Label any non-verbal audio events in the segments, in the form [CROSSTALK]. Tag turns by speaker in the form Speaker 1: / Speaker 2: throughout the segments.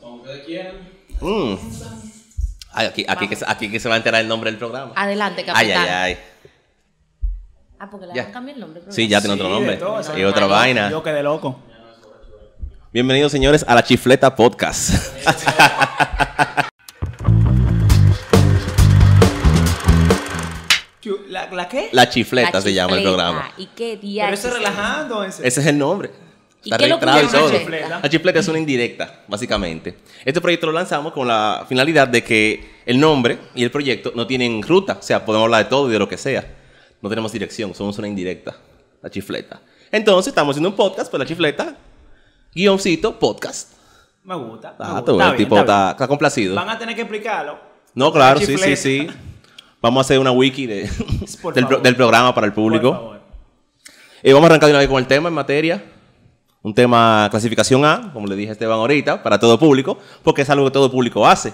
Speaker 1: Como ustedes quieran.
Speaker 2: Mm. Ay, aquí, aquí, que, se- aquí que se va a enterar el nombre del programa.
Speaker 3: Adelante,
Speaker 2: Ay, ay,
Speaker 3: Ah, capitán.
Speaker 2: ay.
Speaker 3: Ah, porque le
Speaker 2: Ya.
Speaker 3: van a cambiar el nombre. al
Speaker 2: Sí,
Speaker 3: programa.
Speaker 2: ya tiene
Speaker 4: Sí,
Speaker 2: otro
Speaker 4: de
Speaker 2: nombre.
Speaker 4: todo, sí.
Speaker 2: Y otra vaina.
Speaker 4: Yo quedé loco.
Speaker 2: Bienvenidos, señores, a la Chifleta Podcast. [LAUGHS]
Speaker 4: Chu- ¿La, la qué?
Speaker 2: La Chifleta se llama el
Speaker 3: chifleta.
Speaker 2: programa.
Speaker 3: Y qué
Speaker 4: Pero
Speaker 3: día.
Speaker 4: eso es relajando. ese-
Speaker 2: Ese es el nombre.
Speaker 3: ¿Y
Speaker 2: Está
Speaker 3: qué lo
Speaker 2: registrado y
Speaker 3: pusieron
Speaker 2: todo.
Speaker 3: a
Speaker 4: la chifleta?
Speaker 2: La chifleta es una indirecta, básicamente. Este proyecto lo lanzamos con la finalidad de que el nombre y el proyecto no tienen ruta. O sea, podemos hablar de todo y de lo que sea. No tenemos dirección, somos una indirecta. La chifleta. Entonces, estamos haciendo un podcast, pues la chifleta, guioncito, podcast.
Speaker 4: Me gusta. me
Speaker 2: Ah,
Speaker 4: gusta.
Speaker 2: todo
Speaker 4: Está
Speaker 2: el
Speaker 4: bien,
Speaker 2: tipo
Speaker 4: está bien.
Speaker 2: está, está complacido.
Speaker 4: Van a tener que explicarlo.
Speaker 2: No, claro,
Speaker 4: La
Speaker 2: sí, sí,
Speaker 4: chifleta.
Speaker 2: sí. Vamos a hacer una wiki de-
Speaker 4: [LAUGHS] Por
Speaker 2: del, pro-
Speaker 4: favor.
Speaker 2: del programa para el
Speaker 4: Por
Speaker 2: [LAUGHS] público.
Speaker 4: favor.
Speaker 2: Eh, vamos a arrancar de una vez con el tema en materia. Un tema clasificación A, como le dije a Esteban ahorita, para todo público, porque es algo que todo público hace.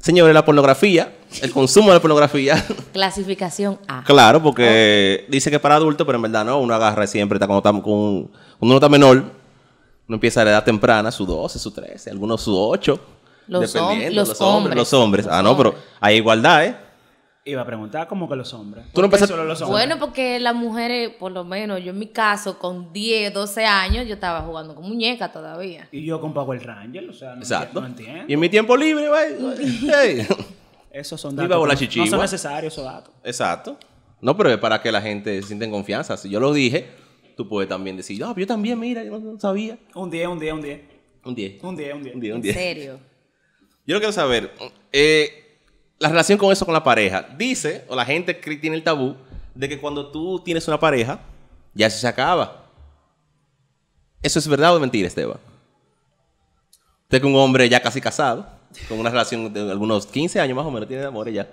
Speaker 2: Señores, la pornografía, el consumo de la pornografía, [LAUGHS]
Speaker 3: Clasificación A.
Speaker 2: claro, porque dice que es para adultos, pero en verdad no, uno agarra siempre, está cuando, está, con, cuando uno está menor, uno empieza a la edad temprana, su 12, su 13, algunos su 8,
Speaker 3: Los hom-
Speaker 2: dependiendo,
Speaker 3: los hombres.
Speaker 2: los hombres. Ah,
Speaker 3: Los
Speaker 2: no, pero
Speaker 3: hombres.
Speaker 2: hay igualdad, ¿eh?
Speaker 4: Iba a preguntar como que los hombres.
Speaker 2: Tú no
Speaker 4: ¿Por qué
Speaker 2: pensaste-
Speaker 4: solo los hombres?
Speaker 3: Bueno, porque las mujeres, por lo menos yo en mi caso, con 10, 12 años, yo estaba jugando con muñeca todavía.
Speaker 4: Y yo con Power Ranger, o sea, no,
Speaker 2: Exacto.
Speaker 4: no entiendo.
Speaker 2: y en mi tiempo libre,
Speaker 3: [LAUGHS]
Speaker 2: güey. güey, hey.
Speaker 4: Esos son
Speaker 2: Iba
Speaker 4: datos.
Speaker 2: a volar
Speaker 4: que no- No
Speaker 2: chichigua.
Speaker 4: son necesarios esos datos.
Speaker 2: Exacto. No, pero es para que la gente se sienta en confianza. Si yo lo dije, tú puedes también decir, no, pero yo también, mira, yo no, no sabía.
Speaker 4: Un 10, un 10, un 10.
Speaker 2: Un 10.
Speaker 4: Un 10, un 10.
Speaker 2: Un 10, un
Speaker 3: En
Speaker 2: 10.
Speaker 3: serio.
Speaker 2: Yo lo quiero saber, eh, la relación con eso, con la pareja. Dice, o la gente que tiene el tabú, de que cuando tú tienes una pareja, ya eso se acaba. ¿Eso es verdad o es mentira, Esteban? Usted que un hombre ya casi casado, con una relación de algunos 15 años más o menos, tiene amores ya.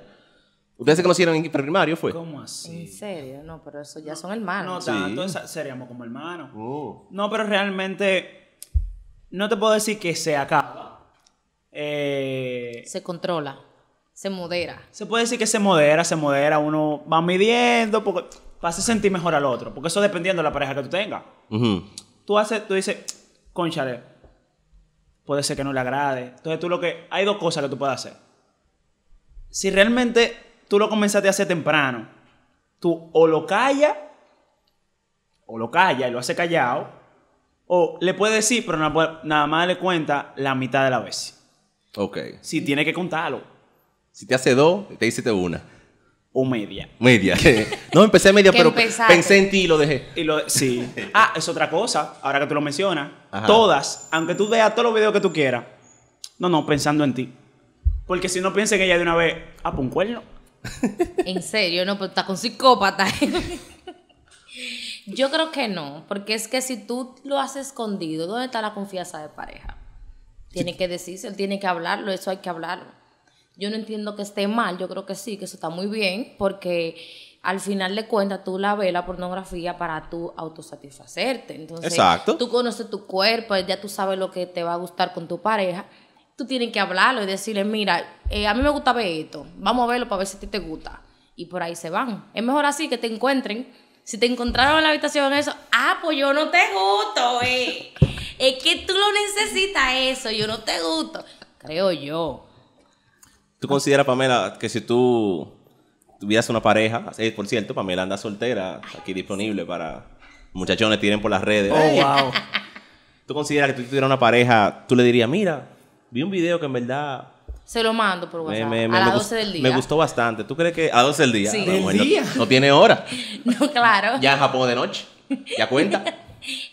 Speaker 2: ¿Ustedes se conocieron en primario, fue?
Speaker 4: ¿Cómo
Speaker 3: En
Speaker 4: así?
Speaker 3: serio. No, pero eso ya son
Speaker 4: No
Speaker 3: hermanos.
Speaker 4: tanto, esa- seríamos como hermanos. No, pero realmente no te puedo decir que se acaba. Eh,
Speaker 3: Se controla. Se modera.
Speaker 4: se puede decir que se modera, se modera, uno va midiendo porque para hacer sentir mejor al otro, porque eso dependiendo de la pareja que tú tengas.
Speaker 2: Ujú.
Speaker 4: Tú haces, tú dices, conchale, puede ser que no le agrade. Entonces tú lo que, hay dos cosas que tú puedes hacer. Si realmente tú lo comenzaste a hacer temprano, tú o lo callas, o lo callas y lo hace callado, o le puedes decir, pero na- nada, más le cuenta la mitad de la vez.
Speaker 2: Ok.
Speaker 4: Si tiene que contarlo,
Speaker 2: Si te hace dos, te hiciste una.
Speaker 4: o media.
Speaker 3: [LAUGHS]
Speaker 2: Media. [LAUGHS] no, empecé media,
Speaker 3: Que
Speaker 2: pero
Speaker 3: empezaste.
Speaker 2: pensé en ti y lo dejé.
Speaker 4: Y lo, [LAUGHS] sí. Ah, es otra cosa, ahora que tú lo mencionas.
Speaker 2: Ajá.
Speaker 4: Todas, aunque tú veas todos los videos que tú quieras, no, no, pensando en ti. Porque si no piensa en ella de una vez, ah, pues un cuerno.
Speaker 3: En serio, no, pero está con psicópata. Yo creo que no, porque es que si tú lo has escondido, ¿dónde está la confianza de pareja? Tiene que decirse, él tiene que hablarlo, eso hay que hablarlo. Yo no entiendo que esté mal, yo creo que sí, que eso está muy bien, porque al final de cuentas tú la ves la pornografía para tú autosatisfacerte. Entonces,
Speaker 2: Exacto.
Speaker 3: tú conoces tu cuerpo, ya tú sabes lo que te va a gustar con tu pareja. Tú tienes que hablarlo y decirle, mira, eh, a mí me gusta ver esto, vamos a verlo para ver si a ti te gusta. Y por ahí se van. Es mejor así que te encuentren. Si te encontraron en la habitación eso, ah, pues yo no te gusto, eh. es que tú lo necesitas eso, yo no te gusto. Creo yo.
Speaker 2: ¿Tú consideras, Pamela, que si tú tuvieras una pareja, eh, por cierto, Pamela anda soltera, aquí disponible para muchachones tiren por las redes.
Speaker 4: [LAUGHS] Oh, wow.
Speaker 2: ¿Tú consideras que tú tuvieras una pareja, tú le dirías, mira, vi un video que en verdad
Speaker 3: Se lo mando por
Speaker 2: me,
Speaker 3: WhatsApp
Speaker 2: me-
Speaker 3: a
Speaker 2: me
Speaker 3: las
Speaker 2: gust-
Speaker 3: 12 del día.
Speaker 2: me gustó bastante? ¿Tú crees que a 12 del día?
Speaker 3: Sí.
Speaker 2: No,
Speaker 4: Del
Speaker 2: bueno,
Speaker 4: día.
Speaker 2: no tiene hora.
Speaker 3: [LAUGHS] No, claro.
Speaker 2: Ya en Japón de
Speaker 3: [LAUGHS]
Speaker 2: noche. Ya cuenta.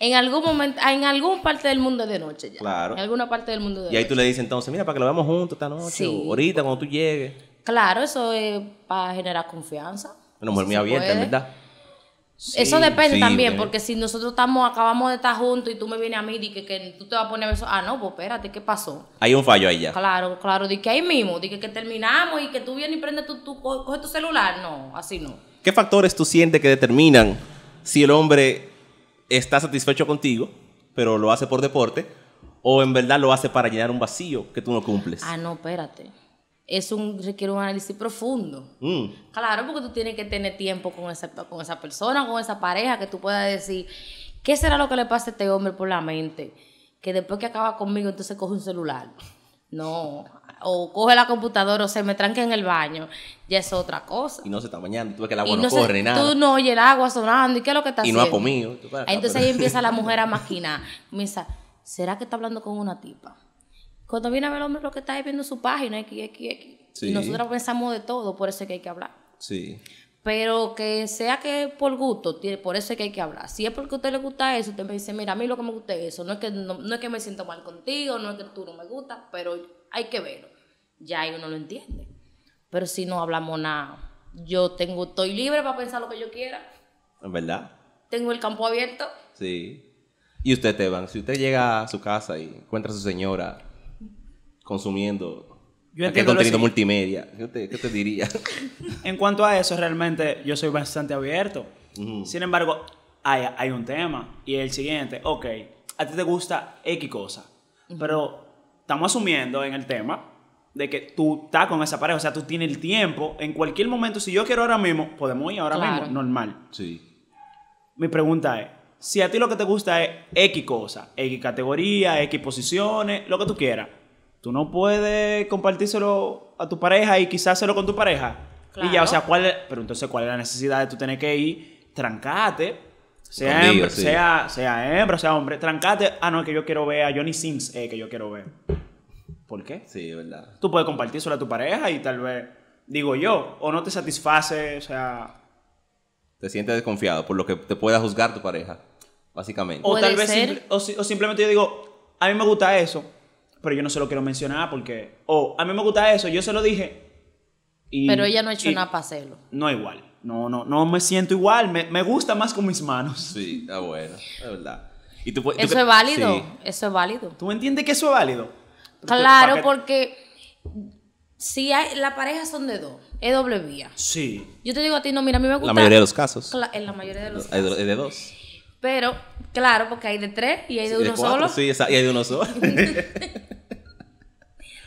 Speaker 3: En algún momento, en alguna parte del mundo es de noche ya.
Speaker 2: Claro.
Speaker 3: En alguna parte del mundo de
Speaker 2: Y ahí
Speaker 3: noche.
Speaker 2: tú le dices entonces, mira, para que lo veamos juntos esta noche,
Speaker 3: Sí.
Speaker 2: o ahorita cuando tú llegues.
Speaker 3: Claro, eso es para generar confianza.
Speaker 2: Una mujer
Speaker 3: Eso
Speaker 2: muy
Speaker 3: se
Speaker 2: abierta, en
Speaker 3: puede.
Speaker 2: verdad.
Speaker 3: Eso depende
Speaker 2: sí,
Speaker 3: también,
Speaker 2: bien.
Speaker 3: porque si nosotros estamos, acabamos de estar juntos y tú me vienes a mí y que, que tú te vas a poner a ver eso, ah, no, pues espérate, ¿qué pasó?
Speaker 2: Hay un fallo ahí ya.
Speaker 3: Claro, claro, di que ahí mismo, di que, que terminamos y que tú vienes y prendes tu, tu, co- coges tu celular, no, así no.
Speaker 2: ¿Qué factores tú sientes que determinan si el hombre está satisfecho contigo, pero lo hace por deporte, o en verdad lo hace para llenar un vacío que tú no cumples?
Speaker 3: Ah, no, espérate. Es un, requiere un análisis profundo.
Speaker 2: Mm.
Speaker 3: Claro, porque tú tienes que tener tiempo con esa, con esa persona, con esa pareja, que tú puedas decir, ¿qué será lo que le pasa a este hombre por la mente? que después que acaba conmigo, entonces coge un celular. No. O coge la computadora o se me tranca en el baño. Ya es otra cosa.
Speaker 2: Y no se está bañando. Tú ves que el agua
Speaker 3: Y
Speaker 2: no,
Speaker 3: no sé,
Speaker 2: corre ni nada.
Speaker 3: Tú no oyes el agua sonando. ¿Y qué es lo que
Speaker 2: y
Speaker 3: está haciendo?
Speaker 2: no ha comido. Tú, para acá,
Speaker 3: Ahí entonces
Speaker 2: pero-
Speaker 3: ahí empieza la
Speaker 2: [LAUGHS]
Speaker 3: mujer a maquinar. Me dice, ¿será que está hablando con una tipa? Cuando viene a ver el hombre lo que está es viendo su página, X, X, X.
Speaker 2: Sí.
Speaker 3: Y nosotros pensamos de todo, por eso es que hay que hablar.
Speaker 2: Sí.
Speaker 3: Pero que sea que por gusto, tiene- por eso es que hay que hablar. Si es porque a usted le gusta eso, usted me dice, mira, a mí lo que me gusta es eso. No es que, no, no es que me siento mal contigo, no es que tú no me gustas, pero hay que verlo. Ya ahí uno lo entiende. Pero si no hablamos nada, yo tengo, estoy libre para pensar lo que yo quiera.
Speaker 2: En verdad.
Speaker 3: Tengo el campo abierto.
Speaker 2: Sí. Y usted, Esteban, si usted llega a su casa y encuentra a su señora consumiendo
Speaker 4: Yo
Speaker 2: aquel
Speaker 4: entiendo lo
Speaker 2: contenido
Speaker 4: siguiente.
Speaker 2: multimedia, ¿qué usted, qué usted diría? [LAUGHS]
Speaker 4: En cuanto a eso, realmente yo soy bastante abierto. Sin embargo, hay, hay un tema y el siguiente, ok, a ti te gusta X cosa, pero estamos asumiendo en el tema de que tú estás con esa pareja, o sea, tú tienes el tiempo, en cualquier momento, si yo quiero ahora mismo, podemos ir ahora
Speaker 3: Claro.
Speaker 4: mismo, normal.
Speaker 2: sí.
Speaker 4: Mi pregunta es, si a ti lo que te gusta es X cosa, X categoría, X posiciones, lo que tú quieras, tú no puedes compartírselo a tu pareja y quizás hacerlo con tu pareja. Y ya,
Speaker 3: Claro.
Speaker 4: o sea, ¿cuál es- pero entonces, ¿cuál es la necesidad de tú tener que ir, trancate, sea,
Speaker 2: Escondido,
Speaker 4: hembra,
Speaker 2: sí.
Speaker 4: sea, sea hembra, sea hombre, trancate, ah, no, es que yo quiero ver a Johnny Sims, eh, que yo quiero ver. ¿Por qué?
Speaker 2: Sí, es verdad.
Speaker 4: Tú puedes compartírselo a tu pareja y tal vez, digo yo, o no te satisface, o sea...
Speaker 2: Te sientes desconfiado por lo que te pueda juzgar tu pareja, básicamente.
Speaker 4: O
Speaker 3: Puede
Speaker 4: tal vez
Speaker 3: ser.
Speaker 4: simple- o, si- o simplemente yo digo, a mí me gusta eso, pero yo no se lo quiero mencionar porque, o a mí me gusta eso, yo se lo dije. y-
Speaker 3: Pero ella no ha hecho
Speaker 4: y
Speaker 3: nada para hacerlo.
Speaker 4: No igual, no, no, no me siento igual, me, me gusta más con mis manos.
Speaker 2: Sí, ah, bueno, es verdad. Y tú, pu- tú
Speaker 3: Eso
Speaker 2: que-
Speaker 3: es válido,
Speaker 2: Sí.
Speaker 3: eso es válido.
Speaker 4: ¿Tú entiendes que eso es válido? ¿Para
Speaker 3: Claro,
Speaker 4: qué?
Speaker 3: porque si hay, la pareja son de dos, es doble vía.
Speaker 4: Sí,
Speaker 3: Yo te digo a ti, no, mira, a mí me gusta...
Speaker 2: La mayoría de los casos.
Speaker 3: Cla- en la mayoría de los...
Speaker 2: Hay de, hay de dos.
Speaker 3: Pero, claro, porque hay de tres y hay de
Speaker 2: Sí,
Speaker 3: uno
Speaker 2: cuatro,
Speaker 3: solo.
Speaker 2: Sí, esa- y hay de uno solo.
Speaker 3: [LAUGHS]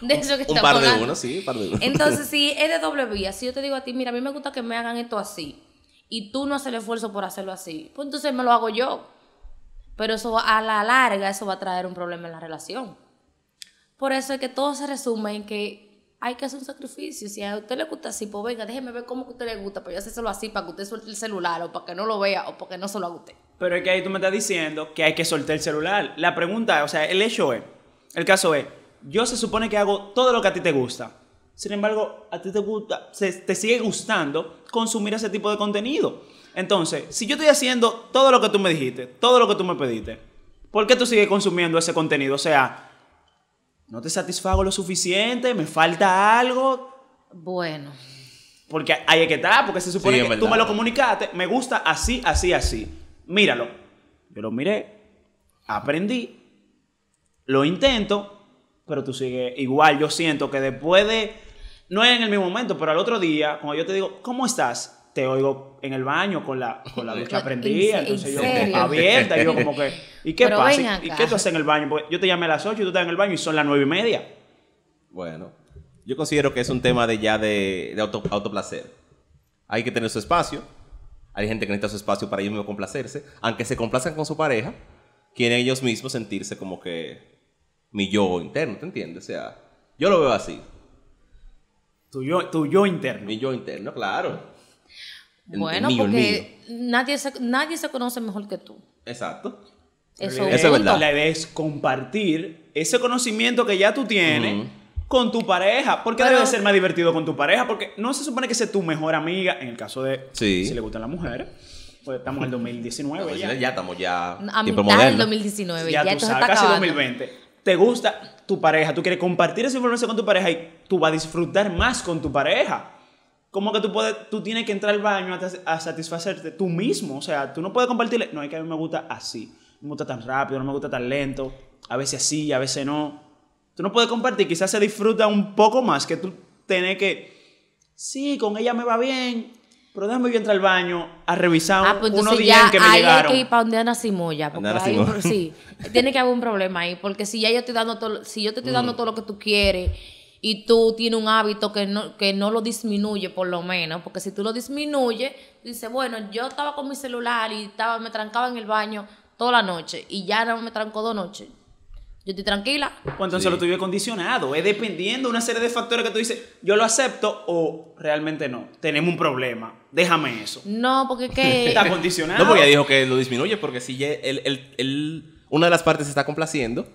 Speaker 3: De eso que
Speaker 2: un
Speaker 3: estamos
Speaker 2: par de
Speaker 3: hablando.
Speaker 2: uno, sí, [LAUGHS] un par de uno.
Speaker 3: Entonces, si es de doble vía, si yo te digo a ti, mira, a mí me gusta que me hagan esto así, y tú no haces el esfuerzo por hacerlo así, pues entonces me lo hago yo. Pero eso va- a la larga, eso va a traer un problema en la relación. Por eso es que todo se resume en que hay que hacer un sacrificio. Si a usted le gusta así, pues venga, déjeme ver cómo que a usted le gusta, pero yo hacérselo así para que usted suelte el celular, o para que no lo vea, o para que no se lo haga usted.
Speaker 4: pero es que ahí tú me estás diciendo que hay que soltar el celular. La pregunta, o sea, el hecho es, el caso es, yo se supone que hago todo lo que a ti te gusta. Sin embargo, a ti te gusta, se- te sigue gustando consumir ese tipo de contenido. Entonces, si yo estoy haciendo todo lo que tú me dijiste, todo lo que tú me pediste, ¿por qué tú sigues consumiendo ese contenido? O sea, no te satisfago lo suficiente, me falta algo,
Speaker 3: Bueno,
Speaker 4: porque ahí es que está, porque se supone
Speaker 2: Sí, es
Speaker 4: que tú
Speaker 2: verdad.
Speaker 4: me lo comunicaste, me gusta así, así, así. Míralo. Yo lo miré, aprendí, lo intento, pero tú sigues igual. Yo siento que después de, no es en el mismo momento, pero al otro día, cuando yo te digo, ¿cómo estás? Te oigo en el baño con la, con la
Speaker 3: [LAUGHS]
Speaker 4: luz que aprendí,
Speaker 3: ¿En se-
Speaker 4: entonces
Speaker 3: en
Speaker 4: yo
Speaker 3: serio?
Speaker 4: abierta, yo como
Speaker 3: [LAUGHS]
Speaker 4: que, ¿y qué
Speaker 3: Pero ven
Speaker 4: pasa?
Speaker 3: acá.
Speaker 4: ¿Y qué tú haces en el baño? Porque yo te llamé a las 8 y tú estás en el baño y son las 9 y media.
Speaker 2: Bueno, yo considero que es un tema de ya de, de auto, autoplacer. Hay que tener su espacio. Hay gente que necesita su espacio para ellos mismos complacerse. Aunque se complacen con su pareja, quieren ellos mismos sentirse como que mi yo interno, ¿te entiendes? O sea, yo lo veo así.
Speaker 4: Tu yo, tu yo interno.
Speaker 2: Mi yo interno, claro. El- el
Speaker 3: bueno,
Speaker 2: mío, el
Speaker 3: porque nadie se, nadie se conoce mejor que tú.
Speaker 2: Exacto.
Speaker 3: Eso,
Speaker 4: La
Speaker 3: un
Speaker 4: idea-
Speaker 2: Eso es
Speaker 3: punto.
Speaker 2: verdad.
Speaker 4: La idea es compartir ese conocimiento que ya tú tienes
Speaker 2: Ujú.
Speaker 4: con tu pareja. Porque
Speaker 3: Pero-
Speaker 4: debe ser más divertido con tu pareja. Porque no se supone que sea tu mejor amiga, en el caso de
Speaker 2: Sí.
Speaker 4: si le gustan las mujeres. Pues estamos
Speaker 2: [LAUGHS]
Speaker 4: en el 2019
Speaker 2: Pero
Speaker 4: ya.
Speaker 2: Pues ya, estamos ya
Speaker 3: A
Speaker 2: tiempo
Speaker 3: mitad del
Speaker 2: moderno.
Speaker 3: 2019,
Speaker 4: Ya
Speaker 3: ya,
Speaker 4: tú
Speaker 3: esto se
Speaker 4: sabes,
Speaker 3: está
Speaker 4: casi
Speaker 3: acabando.
Speaker 4: 2020. Te gusta tu pareja, tú quieres compartir esa información con tu pareja y tú vas a disfrutar más con tu pareja. Como que tú, puedes, tú tienes que entrar al baño a, tas- a satisfacerte tú mismo. O sea, tú no puedes compartirle. No, es que a mí me gusta así. No me gusta tan rápido, no me gusta tan lento. A veces sí, a veces no. Tú no puedes compartir. Quizás se disfruta un poco más que tú tener que. Sí, con ella me va bien. Pero déjame yo entrar al baño a revisar
Speaker 3: Ah, pues
Speaker 4: unos
Speaker 3: entonces
Speaker 4: días
Speaker 3: ya
Speaker 4: que me
Speaker 3: ahí
Speaker 4: llegaron.
Speaker 3: hay que ir para donde Ana Simoya. Porque
Speaker 2: Ana
Speaker 3: hay un
Speaker 2: Simoya.
Speaker 3: pro- sí, tiene que haber un problema ahí. Porque si ya yo estoy dando todo, lo- si yo te estoy
Speaker 2: Mm.
Speaker 3: dando todo lo que tú quieres y tú tienes un hábito que no, que no lo disminuye por lo menos, porque si tú lo disminuyes, dices, bueno, yo estaba con mi celular y estaba, me trancaba en el baño toda la noche y ya no me trancó dos noches. Yo estoy tranquila.
Speaker 4: Pues entonces
Speaker 2: Sí.
Speaker 4: lo tuyo es condicionado. Es dependiendo de una serie de factores que tú dices, yo lo acepto o realmente no. Tenemos un problema. Déjame eso.
Speaker 3: No, porque es que...
Speaker 4: Está condicionado.
Speaker 2: No, porque ella dijo que lo disminuye, porque si ya él- él- él- una de las partes se está complaciendo,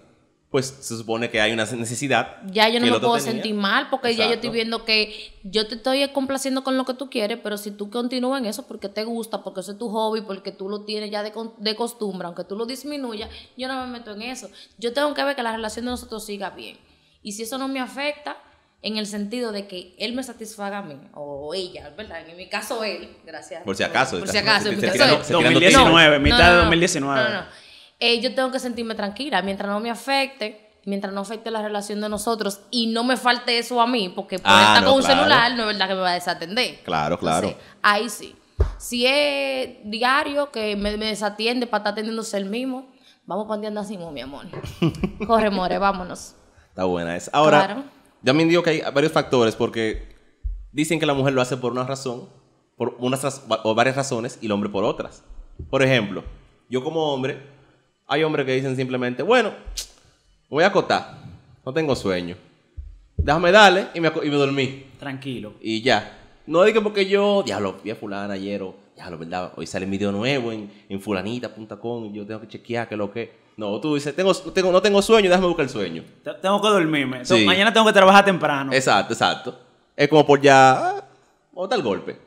Speaker 2: pues se supone que hay una necesidad.
Speaker 3: Ya yo
Speaker 2: que
Speaker 3: no
Speaker 2: el
Speaker 3: me
Speaker 2: otro
Speaker 3: puedo
Speaker 2: tenía.
Speaker 3: sentir mal porque ya yo estoy
Speaker 2: Exacto.
Speaker 3: viendo que yo te estoy complaciendo con lo que tú quieres, pero si tú continúas en eso porque te gusta, porque eso es tu hobby, porque tú lo tienes ya de, con- de costumbre, aunque tú lo disminuyas, yo no me meto en eso. Yo tengo que ver que la relación de nosotros siga bien. Y si eso no me afecta, en el sentido de que él me satisfaga a mí, o ella, ¿verdad? En mi caso, él, gracias.
Speaker 2: Por si acaso,
Speaker 3: Por
Speaker 2: estás-
Speaker 3: si acaso, en mi
Speaker 2: se
Speaker 3: caso,
Speaker 2: tirando-
Speaker 3: él.
Speaker 2: se tirando
Speaker 4: 2019, mitad de 2019.
Speaker 3: No, no, no. Eh, yo tengo que sentirme tranquila. Mientras no me afecte, mientras no afecte la relación de nosotros y no me falte eso a mí, porque por
Speaker 2: Ah,
Speaker 3: estar
Speaker 2: no,
Speaker 3: con un
Speaker 2: claro.
Speaker 3: celular no es verdad que me va a desatender.
Speaker 2: Claro, claro.
Speaker 3: Entonces, ahí sí. Si es diario que me, me desatiende para estar atendiéndose el mismo, vamos pandeando así, mi
Speaker 2: [LAUGHS]
Speaker 3: amor. Corre, more, vámonos.
Speaker 2: Está buena esa. Ahora,
Speaker 3: Claro.
Speaker 2: también digo que hay varios factores porque dicen que la mujer lo hace por una razón, por unas raz- o varias razones y el hombre por otras. Por ejemplo, yo como hombre, hay hombres que dicen simplemente, bueno, voy a acotar, no tengo sueño. Déjame darle y me, aco- y me dormí.
Speaker 4: Tranquilo.
Speaker 2: Y ya. No digo porque yo, diablo, vi a fulana ayer o, diablo, verdad, hoy sale un video nuevo en, en fulanita.com y yo tengo que chequear que lo que... No, tú dices, tengo, tengo, no tengo sueño, déjame buscar el sueño.
Speaker 4: Te- Tengo que dormirme. So,
Speaker 2: Sí.
Speaker 4: Mañana tengo que trabajar temprano.
Speaker 2: Exacto, exacto. Es como por ya. ah, O tal golpe.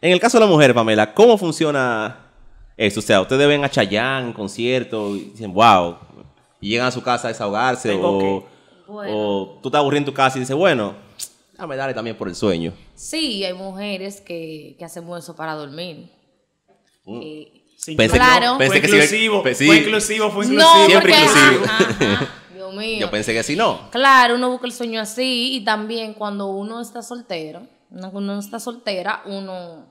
Speaker 2: En el caso de la mujer, Pamela, ¿cómo funciona eso? O sea, ustedes ven a Chayanne en concierto y dicen, wow. Y llegan a su casa a desahogarse.
Speaker 4: Tengo
Speaker 2: O,
Speaker 3: Bueno.
Speaker 2: o tú estás aburrido en tu casa y dices, bueno, dame dale también por el sueño.
Speaker 3: Sí, hay mujeres que, que hacemos eso para dormir.
Speaker 2: Uh.
Speaker 3: Eh,
Speaker 4: Sin-
Speaker 2: Pensé que no,
Speaker 3: Claro.
Speaker 2: pensé
Speaker 4: fue
Speaker 2: que sí-
Speaker 4: inclusivo,
Speaker 2: pe- sí.
Speaker 4: fue inclusivo, fue inclusivo.
Speaker 3: no,
Speaker 2: Siempre
Speaker 3: porque-
Speaker 2: inclusivo.
Speaker 3: ajá, ajá, Dios mío.
Speaker 2: [LAUGHS] Yo pensé que sí, no.
Speaker 3: Claro, uno busca el sueño así y también cuando uno está soltero, uno- cuando uno está soltera, uno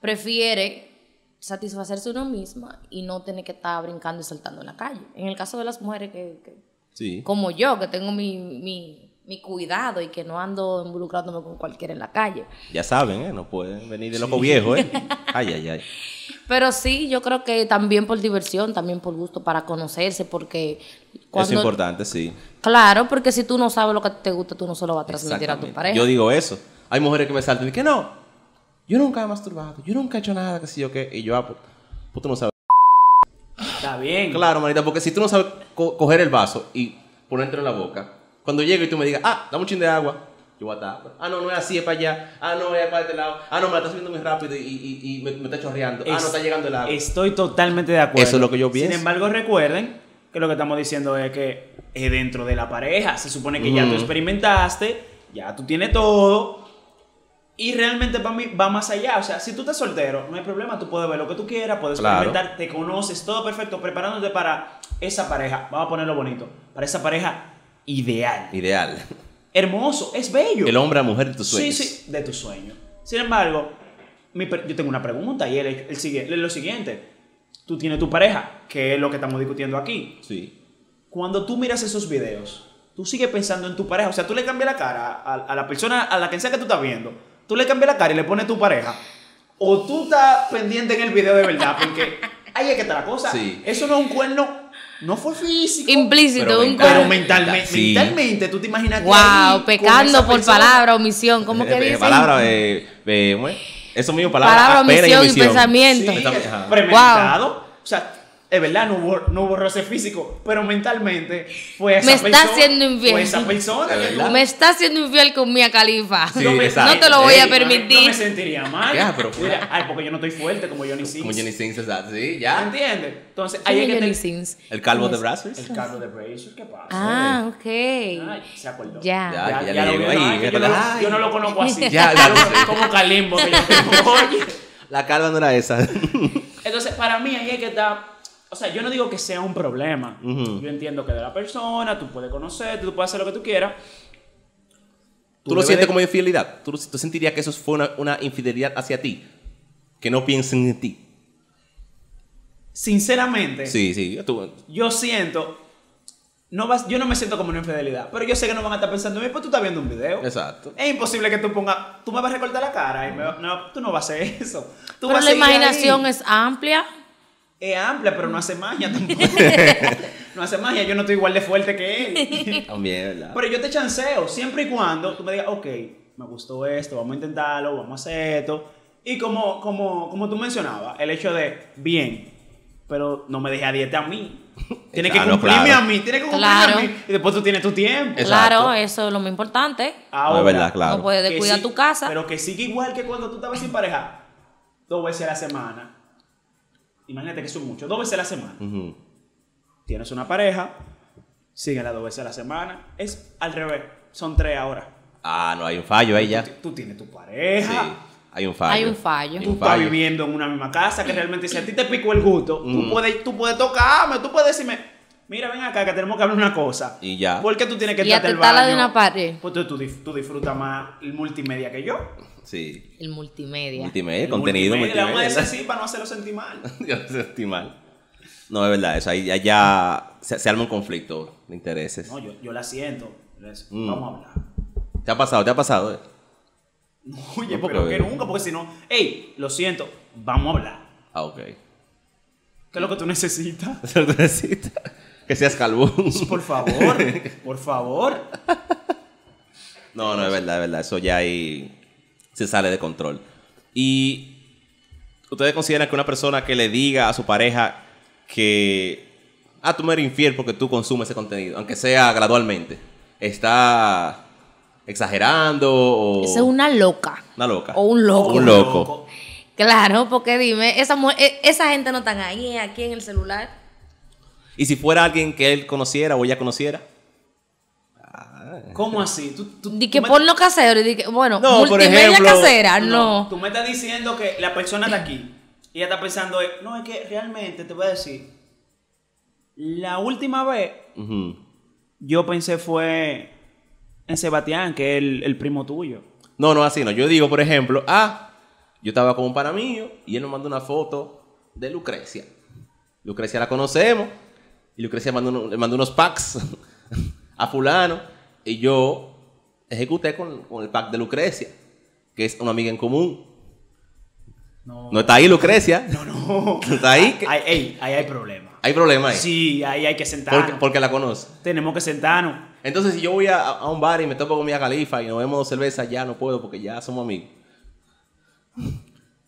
Speaker 3: prefiere satisfacerse uno misma y no tener que estar brincando y saltando en la calle. En el caso de las mujeres que, que-
Speaker 2: Sí.
Speaker 3: como yo, que tengo mi, mi- mi cuidado y que no ando involucrándome con cualquiera en la calle.
Speaker 2: Ya saben, ¿eh? No pueden venir de loco viejo, ¿eh? Ay, ay, ay.
Speaker 3: Pero sí, yo creo que también por diversión, también por gusto, para conocerse, porque
Speaker 2: Eso es
Speaker 3: cuando...
Speaker 2: importante, sí.
Speaker 3: Claro, porque si tú no sabes lo que te gusta, tú no se lo vas a transmitir a tu
Speaker 2: Exactamente.
Speaker 3: pareja.
Speaker 2: Yo digo eso. Hay mujeres que me saltan y dicen que no. Yo nunca he masturbado, yo nunca he hecho nada, que sé yo qué. Y yo, ah, pues, pues tú no sabes.
Speaker 4: Está bien.
Speaker 2: Claro, manita, porque si tú no sabes co- coger el vaso y ponértelo en la boca, cuando llegue y tú me digas, ah, dame un chin de agua, yo voy a estar, pues, ah, no, no es así, es para allá, ah, no, es para este lado, ah, no, me la estás subiendo muy rápido y, y- y- y me, me está chorreando, ah,
Speaker 4: Es-
Speaker 2: no está llegando el agua.
Speaker 4: Estoy totalmente de acuerdo.
Speaker 2: Eso es lo que yo pienso.
Speaker 4: Sin embargo, recuerden que lo que estamos diciendo es que es dentro de la pareja. Se supone que ya tú
Speaker 2: Ujú.
Speaker 4: experimentaste, ya tú tienes todo. Y realmente para mí va más allá. O sea, si tú estás soltero, no hay problema. Tú puedes ver lo que tú quieras, puedes
Speaker 2: Claro.
Speaker 4: experimentar, te conoces, todo perfecto, preparándote para esa pareja. Vamos a ponerlo bonito. Para esa pareja ideal.
Speaker 2: Ideal.
Speaker 4: Hermoso, es bello.
Speaker 2: El hombre a la mujer de tus
Speaker 4: Sí,
Speaker 2: sueños.
Speaker 4: sí, de tu sueño. Sin embargo, mi per- yo tengo una pregunta y él, él sigue, él es lo siguiente. Tú tienes tu pareja, que es lo que estamos discutiendo aquí.
Speaker 2: Sí.
Speaker 4: Cuando tú miras esos videos, tú sigues pensando en tu pareja. O sea, tú le cambias la cara a, a la persona, a la que sea que tú estás viendo. Tú le cambias la cara y le pones tu pareja. O tú estás pendiente en el video de verdad,
Speaker 2: [LAUGHS]
Speaker 4: porque ahí es que está la cosa.
Speaker 2: Sí.
Speaker 4: Eso no es un cuerno, no fue físico.
Speaker 3: Implícito, un
Speaker 4: Pero
Speaker 3: cuerno.
Speaker 4: mentalmente,
Speaker 2: Sí.
Speaker 4: mentalmente, tú te imaginas que ahí,
Speaker 3: Wow,
Speaker 4: con
Speaker 3: pecando
Speaker 4: esa
Speaker 3: por
Speaker 4: persona-
Speaker 3: palabra, omisión, ¿cómo que
Speaker 2: Eh,
Speaker 3: dicen?
Speaker 2: Palabra, eh, eh, ¿cómo es? Eso mismo, palabra.
Speaker 3: Palabra,
Speaker 2: ah, pena
Speaker 3: omisión y pensamiento.
Speaker 4: Sí,
Speaker 2: Está-
Speaker 4: es
Speaker 2: ajá.
Speaker 4: premeditado. O sea, es verdad, no hubo, no hubo roce físico, pero mentalmente fue esa
Speaker 3: Me está
Speaker 4: persona-
Speaker 3: haciendo infiel.
Speaker 4: Fue esa persona.
Speaker 2: Es
Speaker 4: que
Speaker 2: verdad.
Speaker 3: Me está haciendo infiel con Mia Califa.
Speaker 2: Sí,
Speaker 4: tú- me-
Speaker 2: exacto.
Speaker 3: No te lo voy a
Speaker 4: Ey, No me
Speaker 3: permitir.
Speaker 4: sentiría mal.
Speaker 2: Ya, pero-
Speaker 4: Mira, ay, porque yo no estoy fuerte como Johnny Sins.
Speaker 2: Como Jenny Sings, exacto, sí,
Speaker 4: ¿Me
Speaker 2: ya.
Speaker 4: entiendes? Entonces, ahí
Speaker 3: Ay,
Speaker 4: es que
Speaker 3: Johnny
Speaker 4: te-
Speaker 3: Sins.
Speaker 2: El calvo de Brazzers.
Speaker 4: El Carlos de Brazier, ¿qué pasa?
Speaker 3: Ah, ok.
Speaker 4: Ay, se acordó.
Speaker 3: Ya.
Speaker 2: Ya, ya
Speaker 4: lo
Speaker 2: le llegó
Speaker 4: vieron,
Speaker 2: ahí,
Speaker 4: ay, que
Speaker 2: ya
Speaker 4: yo, no,
Speaker 2: lo-
Speaker 4: lo- yo no lo conozco así.
Speaker 2: Ya,
Speaker 4: Yo lo-
Speaker 2: ya.
Speaker 4: como Calimbo que yo tengo. Oye.
Speaker 2: La calva no era esa. [LAUGHS]
Speaker 4: Entonces, para mí ahí es que está... O sea, yo no digo que sea un problema.
Speaker 2: Ujú.
Speaker 4: Yo entiendo que de la persona, tú puedes conocer, tú puedes hacer lo que tú quieras.
Speaker 2: ¿Tú lo
Speaker 4: debes
Speaker 2: sientes
Speaker 4: de-
Speaker 2: como infidelidad? ¿Tú, lo- tú sentirías que eso fue una, una infidelidad hacia ti? Que no piensen en ti.
Speaker 4: Sinceramente,
Speaker 2: Sí, sí. tú-
Speaker 4: yo siento... No vas, yo no me siento como una infidelidad, pero yo sé que no van a estar pensando en mí, pues tú estás viendo un video.
Speaker 2: exacto.
Speaker 4: Es imposible que tú pongas, tú me vas a recortar la cara y me va- no, tú no vas a hacer eso. Tú
Speaker 3: Pero
Speaker 4: vas a
Speaker 3: la
Speaker 4: seguir ahí.
Speaker 3: imaginación es amplia. [LAUGHS]
Speaker 4: es amplia, pero no hace maña tampoco. no hace magia, yo no estoy igual de fuerte que él.
Speaker 2: También, ¿verdad?
Speaker 4: Pero yo te chanceo, siempre y cuando tú me digas, ok, me gustó esto, vamos a intentarlo, vamos a hacer esto. Y como, como, como tú mencionabas, el hecho de, bien, pero no me dejes a dieta a mí.
Speaker 2: [LAUGHS]
Speaker 4: Tienes que
Speaker 2: Ah, no,
Speaker 4: cumplirme
Speaker 2: claro.
Speaker 4: a mí, tienes que cumplirme
Speaker 3: Claro.
Speaker 4: a mí. Y después tú tienes tu tiempo.
Speaker 2: Exacto.
Speaker 3: Claro, eso es lo más importante.
Speaker 2: No, es verdad, claro.
Speaker 3: No puedes
Speaker 4: que
Speaker 3: descuidar
Speaker 4: sí,
Speaker 3: Pues tu casa.
Speaker 4: Pero que siga igual que cuando tú estabas sin pareja, dos veces a la semana. Imagínate que eso es mucho, dos veces a la semana.
Speaker 2: Ujú.
Speaker 4: Tienes una pareja, síguela dos veces a la semana. Es al revés, son tres ahora.
Speaker 2: Ah, no, hay un fallo ahí ya.
Speaker 4: Tú,
Speaker 2: Sí,
Speaker 4: tú tienes tu pareja.
Speaker 2: hay un fallo.
Speaker 3: Hay un fallo.
Speaker 2: Hay
Speaker 4: Tú
Speaker 2: un
Speaker 4: estás
Speaker 2: fallo.
Speaker 4: viviendo en una misma casa que realmente si a ti te picó el gusto, tú,
Speaker 2: Mm.
Speaker 4: puedes, tú puedes tocarme, tú puedes decirme, mira, ven acá que tenemos que hablar una cosa.
Speaker 2: Y ya.
Speaker 4: ¿Por qué tú tienes que
Speaker 3: Y
Speaker 4: estar del
Speaker 3: aceptarla
Speaker 4: baño?
Speaker 3: de una pared.
Speaker 4: Pues tú, tú dif- tú disfrutas más el multimedia que yo.
Speaker 2: Sí.
Speaker 3: El multimedia.
Speaker 2: Multimedia,
Speaker 4: El
Speaker 2: Eh,
Speaker 4: multimedia.
Speaker 2: contenido, multimedia.
Speaker 4: Le vamos a decir así para no hacerlo sentir mal.
Speaker 2: [LAUGHS] Yo sentí mal. No, es verdad, eso ahí ya, ya se, se arma un conflicto de intereses.
Speaker 4: No, yo, yo la siento. Les-
Speaker 2: Mm.
Speaker 4: Vamos a hablar.
Speaker 2: ¿Te ha pasado? ¿Te ha pasado? eh?
Speaker 4: Oye,
Speaker 2: No, porque-
Speaker 4: pero que nunca, porque si no, hey, lo siento, vamos a hablar.
Speaker 2: Ah, ok.
Speaker 4: ¿Qué es lo que tú
Speaker 2: [LAUGHS]
Speaker 4: necesitas?
Speaker 2: Eso tú necesitas. Que seas calvón.
Speaker 4: Por favor, por favor.
Speaker 2: No, no, es verdad, es verdad. Eso ya ahí se sale de control. Y ustedes consideran que una persona que le diga a su pareja que, ah, tú me eres infiel porque tú consumes ese contenido, aunque sea gradualmente, está exagerando o...
Speaker 3: Esa es una loca.
Speaker 2: Una loca.
Speaker 3: O un loco.
Speaker 2: Un loco.
Speaker 3: Claro, porque dime, esa, mu- e- esa gente no están ahí, eh, aquí en el celular.
Speaker 2: Y si fuera alguien que él conociera o ella conociera.
Speaker 4: ¿Cómo así? Tú, tú-
Speaker 3: Di
Speaker 4: tú
Speaker 3: que
Speaker 4: me-
Speaker 3: ponlo casero. y di que- bueno,
Speaker 2: No, por
Speaker 3: multimedia
Speaker 2: ejemplo,
Speaker 3: casera, no.
Speaker 4: Tú me estás diciendo que la persona está aquí y ella está pensando, eh, no, es que realmente te voy a decir, la última vez
Speaker 2: ujú.
Speaker 4: yo pensé fue en Sebastián, que es el, el primo tuyo.
Speaker 2: No, no, así no. Yo digo, por ejemplo, ah, yo estaba con un pana mío y él nos mandó una foto de Lucrecia. Lucrecia la conocemos y Lucrecia mandó uno- le mandó unos packs [LAUGHS] a fulano y yo ejecuté con, con el pack de Lucrecia, que es una amiga en común.
Speaker 4: No,
Speaker 2: No está ahí Lucrecia,
Speaker 4: [LAUGHS] no, no.
Speaker 2: no está ahí. que-
Speaker 4: Ahí, ey, ahí hay problema.
Speaker 2: Hay problema ahí.
Speaker 4: Sí, ahí hay que sentarnos.
Speaker 2: porque, porque la conoce.
Speaker 4: Tenemos que sentarnos.
Speaker 2: Entonces, si yo voy a, a un bar y me topo con mi califa y nos vemos dos cervezas, ya no puedo porque ya somos amigos.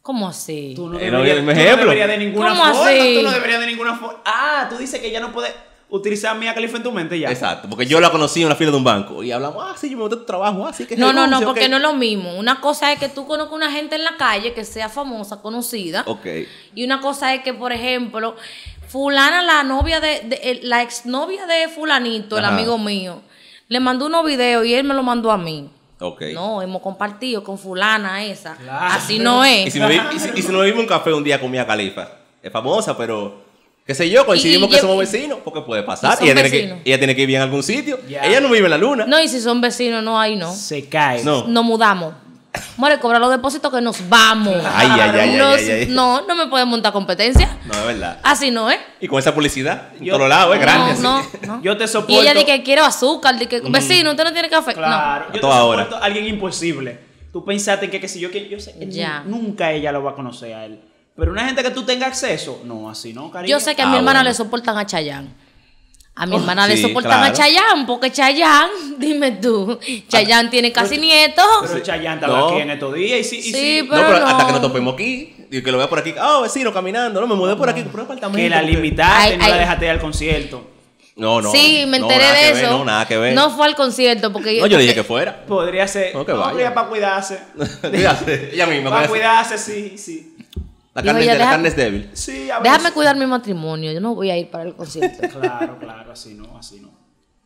Speaker 3: ¿Cómo así?
Speaker 4: Tú no,
Speaker 2: Eh, no,
Speaker 4: deberías,
Speaker 2: el
Speaker 4: tú no
Speaker 2: ejemplo.
Speaker 4: deberías de ninguna
Speaker 3: ¿Cómo
Speaker 4: forma.
Speaker 3: así?
Speaker 4: Tú no deberías de ninguna forma. Ah, tú dices que ya no puedes utilizar Mía Califa en tu mente ya.
Speaker 2: Exacto, porque yo la conocí en la fila de un banco y hablamos, ah, sí, yo me monté a tu trabajo, ah, sí, que
Speaker 3: No, no, no,
Speaker 2: renuncio,
Speaker 3: porque
Speaker 2: ok".
Speaker 3: no es lo mismo. Una cosa es que tú conozcas una gente en la calle que sea famosa, conocida.
Speaker 2: Ok.
Speaker 3: Y una cosa es que, por ejemplo, fulana, la novia de, de- el- la exnovia de fulanito, el
Speaker 2: Ajá.
Speaker 3: amigo mío, le mandó unos videos y él me lo mandó a mí.
Speaker 2: Ok.
Speaker 3: No, hemos compartido con fulana esa.
Speaker 4: Claro.
Speaker 2: [LAUGHS]
Speaker 3: Así no
Speaker 2: Y
Speaker 3: es.
Speaker 2: si nos vi- y si- y si nos vimos un café un día con Mia Califa, es famosa, pero qué sé yo, coincidimos
Speaker 3: Y- y
Speaker 2: que
Speaker 3: yo-
Speaker 2: somos vecinos, porque puede pasar.
Speaker 3: son
Speaker 2: Ella tiene, que,
Speaker 3: vecinos.
Speaker 2: ella tiene que vivir en algún sitio.
Speaker 4: Ya.
Speaker 2: Ella no vive en la luna.
Speaker 3: No, y si son vecinos, no, ahí no.
Speaker 4: Se cae.
Speaker 2: No.
Speaker 3: Nos mudamos. More, cobra los depósitos que nos vamos.
Speaker 2: Ay, ay, ay, ay,
Speaker 3: Nos-
Speaker 2: ay, ay.
Speaker 3: No, no me pueden montar competencia.
Speaker 2: No, es verdad.
Speaker 3: Así no es.
Speaker 2: Y con esa publicidad, en
Speaker 4: Yo-
Speaker 2: todos lados, es grande. Mm. así.
Speaker 3: No, no, no.
Speaker 4: Yo te
Speaker 3: Y
Speaker 4: soporto.
Speaker 3: ella dice que quiero azúcar, dice que vecino, usted [LAUGHS] no tiene café.
Speaker 4: Claro,
Speaker 2: A
Speaker 4: yo te
Speaker 2: toda hora.
Speaker 4: soporto a alguien imposible. Tú pensaste que, que si yo que yo sé, que
Speaker 3: Ya.
Speaker 4: nu- nunca ella lo va a conocer a él. Pero una gente que tú tengas acceso, no, así no,
Speaker 3: No.
Speaker 4: cariño.
Speaker 3: Yo sé que a mi
Speaker 2: Ah,
Speaker 3: hermana
Speaker 2: bueno. Oh,
Speaker 3: le soportan a Chayán. A mi hermana le
Speaker 2: sí,
Speaker 3: soportan a
Speaker 2: claro.
Speaker 3: Chayán, porque Chayán, [LAUGHS] dime tú, Chayán tiene casi nietos.
Speaker 4: Pero Chayanne estaba
Speaker 2: No.
Speaker 4: aquí en estos días y sí, y
Speaker 3: Sí,
Speaker 4: sí,
Speaker 2: No, pero
Speaker 3: Pero
Speaker 2: hasta que
Speaker 3: no.
Speaker 2: nos topemos aquí, y que lo vea por aquí, ah, vecino caminando, no, me mudé por aquí, compré un apartamento.
Speaker 4: que la
Speaker 2: porque-
Speaker 4: limitaste,
Speaker 3: Ay,
Speaker 4: no la
Speaker 3: ay.
Speaker 4: dejaste ir al concierto.
Speaker 2: No, no.
Speaker 3: sí, me
Speaker 2: no,
Speaker 3: enteré
Speaker 2: nada
Speaker 3: de
Speaker 2: que ver,
Speaker 3: eso.
Speaker 2: no, nada que ver.
Speaker 3: No fue al concierto porque
Speaker 2: No, yo le dije que fuera.
Speaker 4: Podría ser.
Speaker 2: No, que vaya.
Speaker 4: podría para cuidarse.
Speaker 2: [LAUGHS] Cuídate, ella misma.
Speaker 4: para
Speaker 2: cuídate.
Speaker 4: cuidarse, sí, sí.
Speaker 2: La
Speaker 3: Dijo
Speaker 2: carne, es
Speaker 3: ella,
Speaker 2: de- la
Speaker 3: "Deja-
Speaker 2: carne es débil.
Speaker 4: Sí, a veces.
Speaker 3: déjame cuidar mi matrimonio, yo no voy a ir para el concierto.
Speaker 2: [LAUGHS]
Speaker 4: Claro, claro, así no, así no.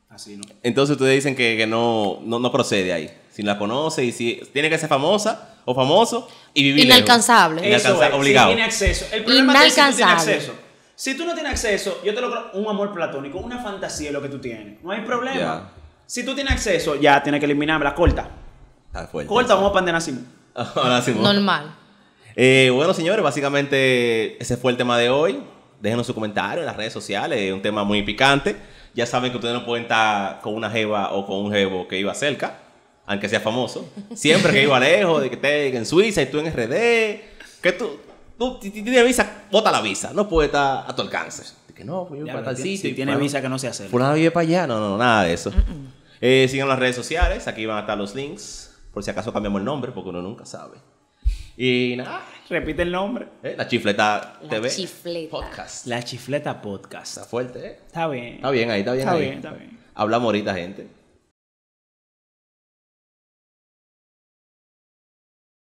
Speaker 4: Así no.
Speaker 2: Entonces ustedes dicen que, que no, no, no procede ahí. Si la conoce y si tiene que ser famosa o famoso y vivir lejos.
Speaker 3: Inalcanzable.
Speaker 4: Eso
Speaker 2: Inalcanza-
Speaker 4: es,
Speaker 2: obligado.
Speaker 4: Si tiene acceso. El problema es que si tú tienes
Speaker 3: Inalcanzable.
Speaker 4: acceso. Si tú no tienes acceso, yo te lo creo, un amor platónico, una fantasía es lo que tú tienes. No hay problema.
Speaker 2: Ya.
Speaker 4: Si tú tienes acceso, ya tienes que eliminarla, corta.
Speaker 2: Está fuerte.
Speaker 4: Corta, vamos a pandenar así.
Speaker 2: [LAUGHS] Ahora sí, vamos.
Speaker 3: Normal.
Speaker 2: Eh, bueno, señores, básicamente ese fue el tema de hoy. Déjenos su comentario en las redes sociales. Es un tema muy picante. Ya saben que ustedes no pueden estar con una jeva o con un jevo que iba cerca, aunque sea famoso. Siempre que iba lejos, de que esté en Suiza y tú en RD. Que tú, tú t- t- tienes visa, bota la visa. No puede estar a tu alcance. De que no, pues yo
Speaker 4: Ya,
Speaker 2: para tal
Speaker 4: si tiene-
Speaker 2: sitio.
Speaker 4: si
Speaker 2: y
Speaker 4: tiene
Speaker 2: fulano-
Speaker 4: visa que no se hace.
Speaker 2: Fulano vive para allá. No, no, no, nada de eso. Eh, sigan las redes sociales. Aquí van a estar los links. Por si acaso cambiamos el nombre, porque uno nunca sabe. Y nada,
Speaker 4: Repite el nombre.
Speaker 2: eh, la chifleta
Speaker 3: La
Speaker 2: TV.
Speaker 3: Chifleta.
Speaker 2: Podcast.
Speaker 4: La chifleta podcast.
Speaker 2: Está fuerte, ¿eh?
Speaker 4: Está bien.
Speaker 2: Está bien ahí, está bien
Speaker 4: Está
Speaker 2: ahí.
Speaker 4: bien, está bien.
Speaker 2: Hablamos ahorita, gente.